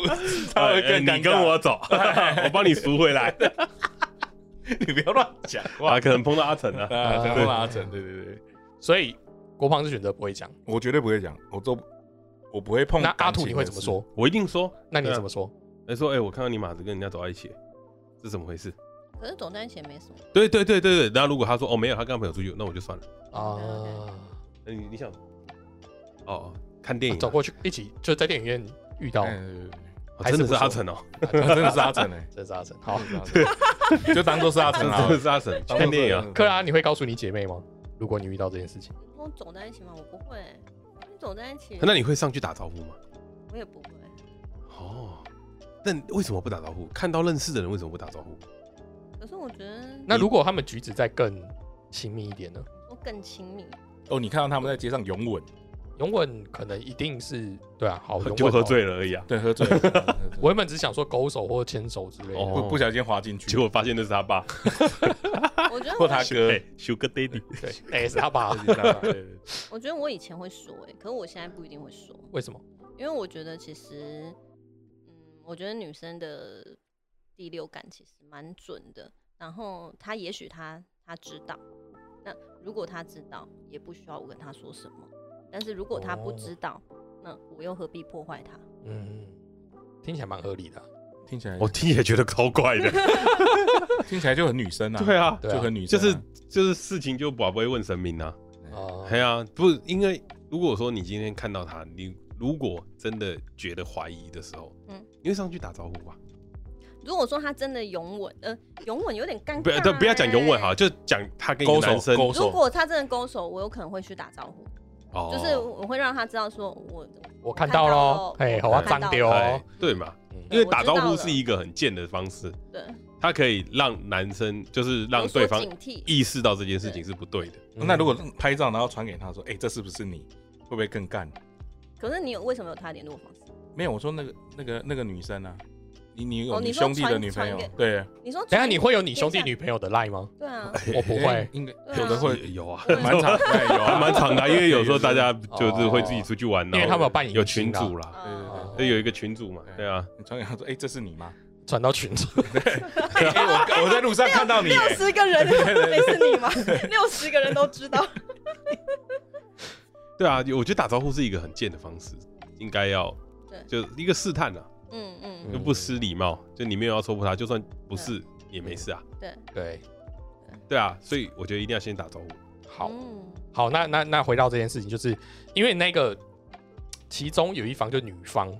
Speaker 4: 他
Speaker 3: 哎
Speaker 4: 会更尴尬
Speaker 3: 你跟我 走，我帮你赎回 来。
Speaker 4: 你不要乱讲话
Speaker 3: 哇，。啊可能碰到阿成了。
Speaker 4: 啊，成功了阿成，对对对，
Speaker 1: 所以国庞是选择不会讲。
Speaker 4: 我绝对不会讲，我都我不会碰。
Speaker 1: 那阿土你会怎么说？？
Speaker 3: 我一定说。
Speaker 1: 那你
Speaker 3: 对啊
Speaker 1: 怎么说？
Speaker 3: 哎，说哎，我看到你马子跟人家走在一起，是怎么回事？
Speaker 2: 可是走在一起也没什么。
Speaker 3: 对对对对对。然后如果他说哦没有，他跟他朋友出去，那我就算了。
Speaker 1: 啊、
Speaker 3: 那哎你你想，哦，看电影啊
Speaker 1: 走过去一起就在电影院遇到，
Speaker 4: 哎对对对
Speaker 3: 哦
Speaker 1: 还是
Speaker 3: 真的
Speaker 1: 不说
Speaker 3: 是阿成哦。
Speaker 4: 对真的是阿成哎，
Speaker 1: 这是阿成。好，
Speaker 4: 真的是阿成就当做是阿成 啊
Speaker 3: 这。是阿神，确定啊？
Speaker 1: 克拉，你会告诉你姐妹吗？如果你遇到这件事情，
Speaker 2: 跟我走在一起吗？我不会、跟走在一起，
Speaker 3: 那你会上去打招呼吗？
Speaker 2: 我也不会。
Speaker 3: 哦，那你为什么不打招呼？看到认识的人为什么不打招呼？
Speaker 2: 可是我觉得
Speaker 1: 那如果他们举止再更亲密一点呢？
Speaker 2: 我更亲密，
Speaker 4: 哦，你看到他们在街上拥吻，
Speaker 1: 拥吻可能一定是对啊，好，拥
Speaker 3: 就
Speaker 1: 吻
Speaker 3: 喝
Speaker 1: 好
Speaker 3: 醉了而已啊！
Speaker 4: 对，喝醉了，喝醉了
Speaker 1: 我原本只想说勾手或牵手之类的，
Speaker 3: 哦
Speaker 4: 不不小心滑进
Speaker 3: 结
Speaker 4: 去，
Speaker 3: 果发现那是他爸，
Speaker 2: 我觉得
Speaker 4: 或
Speaker 2: 我
Speaker 4: 他哥。
Speaker 3: 对，Sugar Daddy。
Speaker 1: 对，哎、是他吧？
Speaker 4: 对对对
Speaker 2: 我觉得我以前会说、欸，可是我现在不一定会说，
Speaker 1: 为什么？
Speaker 2: 因为我觉得其实，嗯，我觉得女生的第六感其实蛮准的。然后她也许她她知道，那如果她知道，也不需要我跟她说什么。但是如果她不知道，那我又何必破坏她？
Speaker 1: 嗯，听起来蛮合理的啊、
Speaker 4: 听起来
Speaker 3: 我听也觉得超怪的。
Speaker 4: 听起来就很女生啊，
Speaker 3: 对 啊，
Speaker 1: 对啊
Speaker 4: 就很女
Speaker 3: 就
Speaker 4: 生啊，
Speaker 3: 是就是事情就宝贝问神明啊。
Speaker 1: 哦
Speaker 3: 哎呀，不是因为如果说你今天看到他，你如果真的觉得怀疑的时候，嗯
Speaker 2: 嗯，
Speaker 3: 你会上去打招呼吧？
Speaker 2: 如果说她真的拥吻，呃，拥吻有点尴
Speaker 3: 不要
Speaker 2: 尬、欸
Speaker 3: 不要讲拥吻哈，。就讲他跟一
Speaker 4: 勾
Speaker 3: 个
Speaker 4: 手
Speaker 3: 男生
Speaker 4: 勾手
Speaker 2: 如果她真的勾手，我有可能会去打招呼，
Speaker 3: 哦
Speaker 2: 就是我会让她知道说我
Speaker 1: 我看到喽，
Speaker 2: 看到
Speaker 1: 哎，
Speaker 2: 了
Speaker 1: 好
Speaker 2: 我
Speaker 1: 啊，
Speaker 2: 看
Speaker 1: 脏
Speaker 2: 到
Speaker 1: 丢
Speaker 3: 哎对嘛，
Speaker 1: 嗯
Speaker 3: 因为打招
Speaker 2: 我
Speaker 3: 呼
Speaker 2: 知道
Speaker 3: 是
Speaker 2: 了
Speaker 3: 一个很贱的方式，
Speaker 2: 对
Speaker 3: 它可以让男生就是让
Speaker 2: 有所
Speaker 3: 对方
Speaker 2: 警惕。
Speaker 3: 意识到这件事情是不对的。
Speaker 1: 嗯
Speaker 4: 那如果拍照然后传给他说，哎，这是不是你？会不会更干？
Speaker 2: 可是你有为什么有她的联络方式？
Speaker 4: 没有，我说那个那个那个女生啊，你你有
Speaker 2: 哦
Speaker 4: 你
Speaker 2: 你说
Speaker 4: 兄弟的
Speaker 2: 传
Speaker 4: 女朋友
Speaker 2: 传给，
Speaker 4: 对，啊
Speaker 2: 你说
Speaker 1: 等一
Speaker 2: 传，
Speaker 1: 下你会有你兄弟女朋友的赖吗？
Speaker 2: 对啊，
Speaker 1: 我不
Speaker 4: 哎
Speaker 1: 会，
Speaker 4: 应该
Speaker 2: 对啊
Speaker 4: 有的会
Speaker 3: 也有啊，
Speaker 2: 对啊
Speaker 4: 蛮长，哎有
Speaker 3: 还
Speaker 4: 啊
Speaker 3: 蛮长的啊，因为有时候大 家
Speaker 4: 哦
Speaker 3: 就是会自己出去玩，
Speaker 1: 因为
Speaker 3: 然后
Speaker 1: 他们有办
Speaker 3: 有
Speaker 1: 迎
Speaker 3: 群
Speaker 1: 新啦
Speaker 3: 主
Speaker 4: 嗯
Speaker 3: 啦，
Speaker 2: 啊
Speaker 3: 对，哎有一个群主嘛，对啊，
Speaker 4: 你传给他说，哎，这是你吗？
Speaker 1: 传到群组，
Speaker 4: 哎我我在路上看到你，
Speaker 2: 六
Speaker 4: 哎
Speaker 2: 十个 人，没是你吗？六十个人都知道，
Speaker 3: 对啊，我觉得打招呼是一个很贱的方式，
Speaker 4: 嗯
Speaker 3: 应该要
Speaker 2: 对
Speaker 3: 就是一个试探啊，
Speaker 2: 嗯嗯，
Speaker 3: 就不失礼貌，就你没有要戳破他，就算不是
Speaker 4: 嗯
Speaker 3: 也没事啊，
Speaker 1: 对，
Speaker 3: 对啊，所以我觉得一定要先打招呼。
Speaker 1: 好
Speaker 2: 嗯
Speaker 1: 好，那那那回到这件事情，就是因为那个其中有一方就女方，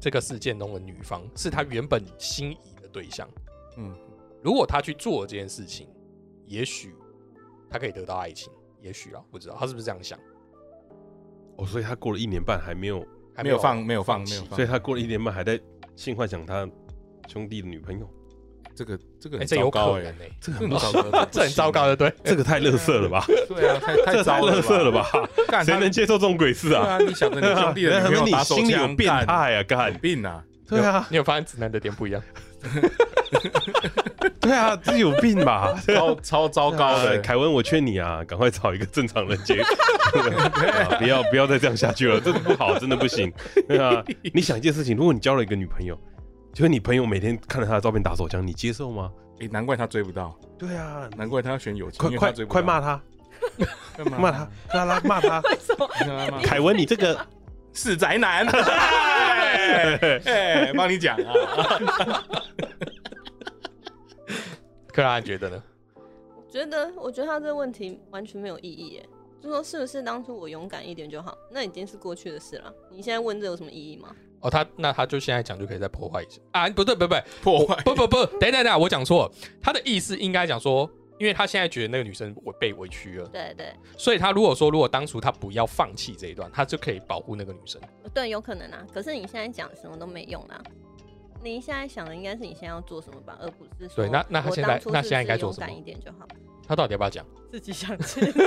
Speaker 1: 这个事件中的女方是他原本心仪的对象，
Speaker 4: 嗯，
Speaker 1: 如果他去做这件事情，也许他可以得到爱情，也许啊，不知道他是不是这样想，
Speaker 3: 哦，所以他过了一年半还没有，
Speaker 1: 还
Speaker 4: 没有放，
Speaker 1: 啊
Speaker 4: 没有放，没
Speaker 1: 弃
Speaker 4: 有放，
Speaker 3: 所以他过了一年半还在性幻想他兄弟的女朋友，
Speaker 4: 这个这个
Speaker 1: 哎、
Speaker 4: 很
Speaker 1: 这有
Speaker 4: 糟糕
Speaker 1: 可能
Speaker 4: 哎，
Speaker 1: 呢、，
Speaker 4: 这个很糟糕
Speaker 1: 这很糟糕
Speaker 4: 的
Speaker 1: 的，对，
Speaker 3: 这个太乐色了吧？
Speaker 4: 不行，哎对啊，太
Speaker 3: 这
Speaker 4: 太
Speaker 3: 太
Speaker 4: 糟
Speaker 3: 乐色了
Speaker 4: 了
Speaker 3: 吧？
Speaker 4: 干
Speaker 3: 谁
Speaker 4: 他
Speaker 3: 能接受这种鬼事
Speaker 4: 对
Speaker 3: 啊？
Speaker 4: 啊，你想着你兄弟 的
Speaker 3: 他们
Speaker 4: 女朋
Speaker 3: 你
Speaker 4: 友打手
Speaker 3: 心里有
Speaker 4: 枪，
Speaker 3: 变
Speaker 4: 干
Speaker 3: 态啊？
Speaker 4: 有
Speaker 3: 干，
Speaker 4: 病啊！
Speaker 3: 对啊，
Speaker 1: 你有发现直男的点不一样？
Speaker 3: 对啊，这有病 吧？
Speaker 4: 超超糟糕
Speaker 3: 对啊
Speaker 4: 的，
Speaker 3: 凯文，我劝你啊，赶快找一个正常人结婚、啊， 不要不要再这样下去了，这不好，真的不行。对啊，你想一件事情，如果你交了一个女朋友，就是你朋友每天看着她的照片打手枪，你接受吗？
Speaker 4: 哎，难怪他追不到，
Speaker 3: 对啊，
Speaker 4: 难怪他要选友情，
Speaker 3: 快
Speaker 4: 因为
Speaker 3: 快
Speaker 4: 他追不
Speaker 3: 快
Speaker 4: 到
Speaker 3: 骂他，
Speaker 4: 干嘛
Speaker 3: 骂他，拉拉骂 他。
Speaker 2: 为什么？
Speaker 4: 干嘛骂
Speaker 3: 凯文，你这个，
Speaker 4: 是宅男，哎哎，帮你讲啊，
Speaker 1: 克拉你觉得呢？
Speaker 2: 我觉得，我觉得他这个问题完全没有意义耶。就说是不是当初我勇敢一点就好？那已经是过去的事了。你现在问这有什么意义吗？
Speaker 1: 哦，他那他就现在讲就可以再破坏一下啊？不对，不对，
Speaker 4: 破坏
Speaker 1: 不不不，等等等一下，我讲错了，他的意思应该讲说，因为他现在觉得那个女生我被委屈了，
Speaker 2: 对对
Speaker 1: 所以他如果说如果当初他不要放弃这一段，他就可以保护那个女生。
Speaker 2: 对，有可能啊。可是你现在讲什么都没用啦。你现在想的应该是你现在要做什么吧，而不是说
Speaker 1: 对那那他
Speaker 2: 我
Speaker 1: 现在
Speaker 2: 当初
Speaker 1: 那
Speaker 2: 是不
Speaker 1: 现在应该
Speaker 2: 是
Speaker 1: 做
Speaker 2: 勇
Speaker 1: 什么
Speaker 2: 敢一点就好。
Speaker 1: 他到底要不要讲？
Speaker 2: 自己想清楚。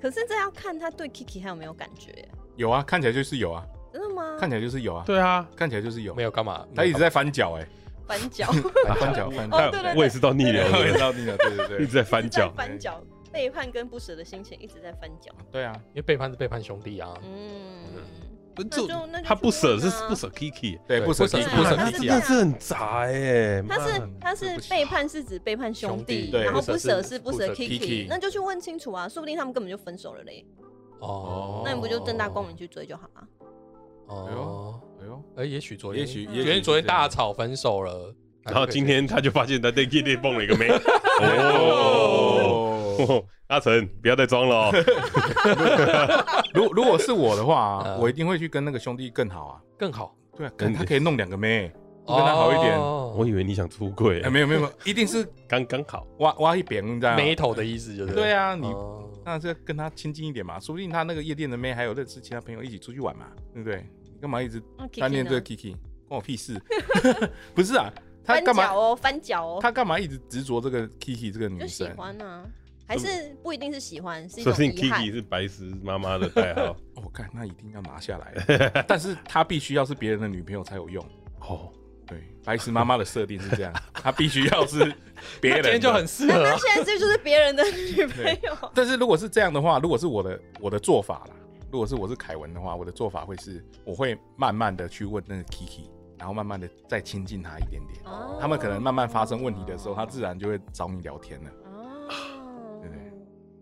Speaker 2: 可是这要看他对 Kiki 还有没有感觉耶，
Speaker 4: 有啊，看起来就是有啊，
Speaker 2: 真的吗？
Speaker 4: 看起来就是有啊，
Speaker 3: 对啊，
Speaker 4: 看起来就是有
Speaker 1: 没，有干嘛？
Speaker 4: 他一直在翻脚哎，
Speaker 2: 翻 脚，
Speaker 4: 翻脚翻脚，
Speaker 2: 哦对对对
Speaker 3: 我也是到逆 流
Speaker 4: 我也
Speaker 3: 了，
Speaker 4: 知道你了，对对
Speaker 3: 一 直，
Speaker 4: 对
Speaker 3: 在翻
Speaker 2: 一
Speaker 3: 脚
Speaker 2: 直在。 翻脚，背叛跟不舍的心情一直在翻脚。
Speaker 4: 对啊，
Speaker 1: 因为背叛是背叛兄弟啊。
Speaker 2: 嗯，
Speaker 3: 不
Speaker 2: 那就那就
Speaker 3: 他不舍
Speaker 2: 去问
Speaker 3: 是
Speaker 2: 啊
Speaker 3: 不舍 Kiki，
Speaker 4: 对，
Speaker 1: 对
Speaker 4: 不舍
Speaker 1: 不舍
Speaker 4: 弃
Speaker 1: 不舍
Speaker 3: 他
Speaker 2: 弃
Speaker 3: 真
Speaker 2: 啊
Speaker 3: 的是很杂哎，
Speaker 2: 他是
Speaker 3: 妈
Speaker 4: 嗯
Speaker 2: 他是背叛是指背叛兄
Speaker 1: 兄
Speaker 2: 弟，
Speaker 1: 弟
Speaker 4: 对
Speaker 2: 然后
Speaker 1: 不
Speaker 2: 不
Speaker 1: 舍
Speaker 2: 舍
Speaker 1: 是
Speaker 2: 是不
Speaker 4: 不舍
Speaker 2: 舍
Speaker 4: Kiki
Speaker 2: Kiki，那就去问清楚啊，说不定他们根本就分手了嘞。
Speaker 1: 哦，
Speaker 2: 那你不就正大光明去追就好了？
Speaker 4: 哎
Speaker 1: 哦
Speaker 4: 呦？哎呦，
Speaker 1: 哎，也许昨天，
Speaker 4: 也许
Speaker 1: 嗯
Speaker 4: 也许
Speaker 1: 觉得
Speaker 4: 是
Speaker 1: 昨天
Speaker 4: 这样
Speaker 1: 大吵分手了，那
Speaker 3: 然后
Speaker 1: 就可以
Speaker 3: 今天他就发现他哎对 Kitty 蹦了一个妹。哦，
Speaker 4: 哦。
Speaker 3: 哦阿成，不要再装了哦。
Speaker 4: 如如果是我的话啊、
Speaker 1: 嗯
Speaker 4: 我一定会去跟那个兄弟更好啊。
Speaker 1: 更好
Speaker 4: 对啊，可
Speaker 3: 跟
Speaker 4: 能他可以弄两个妹，我跟他好一点
Speaker 1: 哦
Speaker 3: 我以为你想出柜
Speaker 4: 哎，，没有没有，没有，一定是
Speaker 3: 刚刚好。
Speaker 4: 挖挖一边，你知道吗？
Speaker 1: 眉头的意思就是
Speaker 4: 对啊，你
Speaker 1: 哦
Speaker 4: 那这跟他亲近一点嘛，说不定他那个夜店的妹还有认识其他朋友一起出去玩嘛，对不对？你干嘛一直
Speaker 2: 那
Speaker 3: 哦
Speaker 2: Kiki
Speaker 4: 单恋这个
Speaker 2: 呢
Speaker 4: Kiki，关我屁事？ 不是啊，他
Speaker 2: 翻
Speaker 4: 干
Speaker 2: 脚
Speaker 4: 嘛？
Speaker 2: 哦，翻脚哦，
Speaker 4: 他干嘛一直执着这个 Kiki 这个女
Speaker 2: 就喜
Speaker 4: 生？
Speaker 2: 欢啊，还是不一定是喜欢，是一
Speaker 3: 说
Speaker 2: 种
Speaker 3: 不定
Speaker 2: 遗憾
Speaker 3: Kiki。是白石妈妈的代号
Speaker 4: 我看、哦干那一定要拿下来， 但是他必须要是别人的女朋友才有用。
Speaker 3: 哦，
Speaker 4: 对，白石妈妈的设定是这样，她必须要是别人
Speaker 1: 今天
Speaker 4: 的
Speaker 1: 就很适合
Speaker 2: 那
Speaker 1: 啊
Speaker 2: 现在这就是别人的女朋友，
Speaker 4: 但是如果是这样的话，如果是我的我的做法啦，如果是我是凯文的话，我的做法会是，我会慢慢的去问那个 Kiki，然后慢慢的再亲近他一点点。
Speaker 2: 哦
Speaker 4: 他们可能慢慢发生问题的时候，他自然就会找你聊天了。
Speaker 2: 哦
Speaker 4: 对对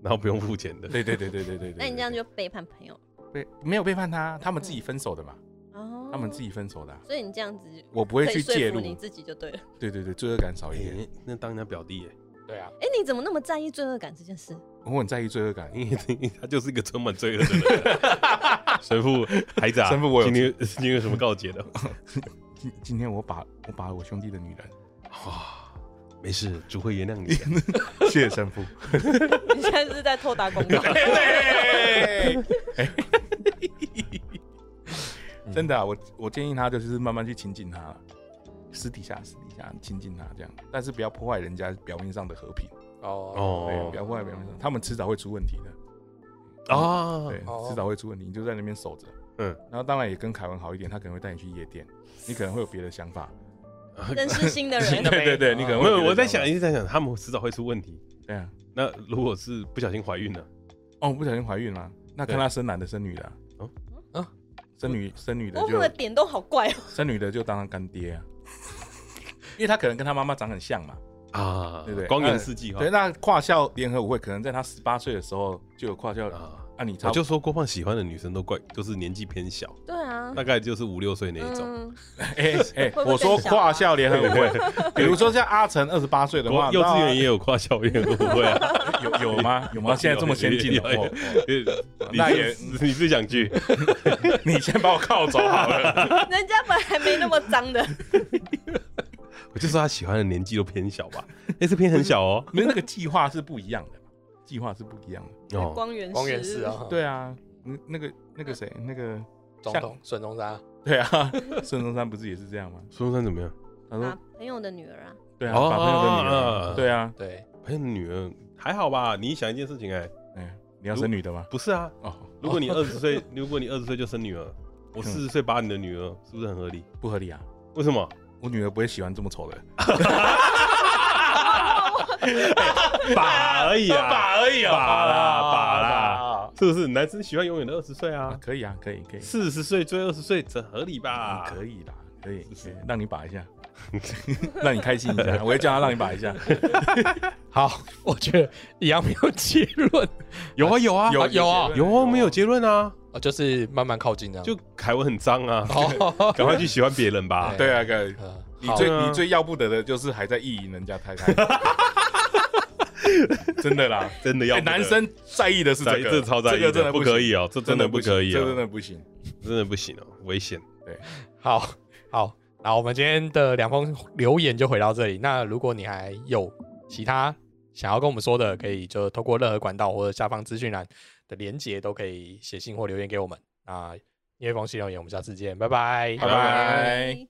Speaker 3: 然后不用付钱的，
Speaker 4: 对对对对对对对
Speaker 2: 那你这样就背叛朋友
Speaker 4: 被没有背叛他，他们自己分手的嘛，
Speaker 2: 哦，
Speaker 4: 他们自己分手的啊、
Speaker 2: 所以你这样子
Speaker 4: 我不
Speaker 2: 可
Speaker 4: 会
Speaker 2: 以
Speaker 4: 去
Speaker 2: 说
Speaker 4: 介
Speaker 2: 服
Speaker 4: 入。
Speaker 2: 你自己就对了。
Speaker 4: 对对对，罪恶感少一点。
Speaker 3: 哎那当人家表弟耶，
Speaker 1: 对啊，
Speaker 2: 哎，你怎么那么在意罪恶感这件事？
Speaker 4: 我很在意罪恶感，
Speaker 3: 因为因为他就是一个充满罪恶的 人。神父，孩子啊，
Speaker 4: 神父我有
Speaker 3: 今天 今天有什么告诫的？
Speaker 4: 今今天我把我把我兄弟的女 人，
Speaker 3: 哇，没事，主会原谅你的。
Speaker 4: 谢谢神父。
Speaker 2: 你现在是在偷打 广告？
Speaker 4: 真的啊、我我建议他就是慢慢去亲近他，私底下私底下亲近他这样，但是不要破坏人家表面上的和平，
Speaker 1: 哦
Speaker 4: 对，
Speaker 3: 哦
Speaker 4: 不要破坏表面上，他们迟早会出问题的，
Speaker 3: 啊
Speaker 4: 对，
Speaker 1: 哦
Speaker 4: 迟早会出问题，你就在那边守着，
Speaker 3: 嗯，
Speaker 4: 然后当然也跟凯文好一点，他可能会带你去夜店，你可能会有别的想法，
Speaker 2: 认识新的
Speaker 1: 新
Speaker 2: 人
Speaker 1: 的，
Speaker 4: 对对对，
Speaker 1: 嗯
Speaker 4: 你可能
Speaker 3: 没
Speaker 4: 会
Speaker 3: 有，
Speaker 4: 别的
Speaker 3: 我在
Speaker 4: 法
Speaker 3: 想，一直在想，他们迟早会出问题。
Speaker 4: 对啊，
Speaker 3: 那如果是不小心怀孕了，
Speaker 4: 哦，不小心怀孕了，那看他生男的生女的啊
Speaker 3: 哦，
Speaker 1: 啊
Speaker 4: 生女生女的
Speaker 2: 我们
Speaker 4: 就
Speaker 2: 的点都好怪哦。
Speaker 4: 生女的就当他干爹啊， 因为他可能跟他妈妈长很像嘛。
Speaker 3: 啊，
Speaker 4: 对不对
Speaker 3: 光源世纪哈啊
Speaker 4: 对，，那跨校联合舞会可能在他十八岁的时候就有跨校啊，
Speaker 3: 啊，
Speaker 4: 你差
Speaker 3: 我
Speaker 4: 不多
Speaker 3: 就说郭胖喜欢的女生都怪，就是年纪偏小，
Speaker 2: 对啊，
Speaker 3: 大概就是五六岁那一种。
Speaker 2: 嗯，
Speaker 4: 哎哎，
Speaker 2: 会不会
Speaker 4: 我说
Speaker 2: 更小啊
Speaker 4: 跨校联合 舞会，比如说像阿成二十八岁的
Speaker 3: 国
Speaker 4: 话，
Speaker 3: 幼稚园也有跨校园会不会啊？
Speaker 4: 那有有吗？有吗？现在这么先进
Speaker 3: 有有有
Speaker 4: 哦，
Speaker 3: 你
Speaker 4: 那
Speaker 3: 是
Speaker 4: 也嗯
Speaker 3: 你是想去？
Speaker 4: 哦你先把我铐走好了。
Speaker 2: 嗯人家本来没那么脏 的，
Speaker 3: 我就说他喜欢的年纪都偏小吧，那是偏很小哦。
Speaker 4: 没有那个计划是不一样的嘛，计划是不一样的。
Speaker 3: 哦，
Speaker 2: 光源
Speaker 1: 光源氏啊，，
Speaker 4: 对啊，嗯那个那个谁，那个
Speaker 1: 总
Speaker 4: 像
Speaker 1: 统孙中山，
Speaker 4: 对啊， 孙中山不是也是这样吗？
Speaker 3: 孙中山怎么样？
Speaker 4: 他
Speaker 2: 啊
Speaker 4: 说，
Speaker 2: 朋友的女儿啊，
Speaker 4: 对啊，
Speaker 3: 哦
Speaker 4: 把朋友的女
Speaker 3: 啊
Speaker 4: 儿，对啊，
Speaker 1: 对，
Speaker 3: 哎，女儿还好吧？你想一件事情哎，
Speaker 4: 哎，你要生女的吗？
Speaker 3: 不是啊？
Speaker 4: 哦，
Speaker 3: 如果你二十 岁，如果你二十岁就生女儿，
Speaker 4: 嗯
Speaker 3: 我四十岁把你的女儿，是不是很合理？
Speaker 4: 不合理啊，
Speaker 3: 为什么？
Speaker 4: 我女儿不会喜欢这么丑的。
Speaker 3: 把而已啊，
Speaker 4: 把而已啊，
Speaker 3: 把啦
Speaker 4: 哦
Speaker 3: 把啦
Speaker 4: 啦
Speaker 3: 是不是？男生喜欢永远的二十岁
Speaker 4: 啊
Speaker 3: 啊，，
Speaker 4: 可以啊，可以可以嗯
Speaker 3: 四十岁追二十岁，这合理吧？
Speaker 4: 可以啦，可以，
Speaker 3: 啊是
Speaker 4: 可以让你把一下， 让你开心一 下，我也叫他让你把一下，
Speaker 1: 好， 我觉得一样没有结论，
Speaker 3: 有啊有啊
Speaker 1: 有有啊
Speaker 3: 有啊，没有结论啊，
Speaker 1: 哦就是慢慢靠近这样，
Speaker 3: 就凯文很脏啊，
Speaker 1: 哦，
Speaker 3: 赶快去喜欢别人吧
Speaker 1: 对。
Speaker 4: 对啊，可以。
Speaker 1: 呃
Speaker 4: 你
Speaker 1: 好
Speaker 4: 最
Speaker 3: 啊
Speaker 4: 你最要不得的就是还在意淫人家太太，真的啦。
Speaker 3: 真的要
Speaker 4: 哎男生在意的是
Speaker 3: 在
Speaker 4: 这
Speaker 3: 意
Speaker 4: 个，
Speaker 3: 这超在意
Speaker 4: 这个真
Speaker 3: 的，
Speaker 4: 的
Speaker 3: 不
Speaker 4: 行
Speaker 3: 可以，哦，这真的不
Speaker 4: 行
Speaker 3: 可以
Speaker 4: 这真
Speaker 3: 哦，
Speaker 4: 的不行。
Speaker 3: 真的不行哦，危险。
Speaker 1: 好好，那我们今天的两封留言就回到这里。那如果你还有其他想要跟我们说的，可以就透过任何管道或者下方资讯栏的连接，都可以写信或留言给我们。那叶风信留言，我们下次见，拜拜，
Speaker 4: 拜拜。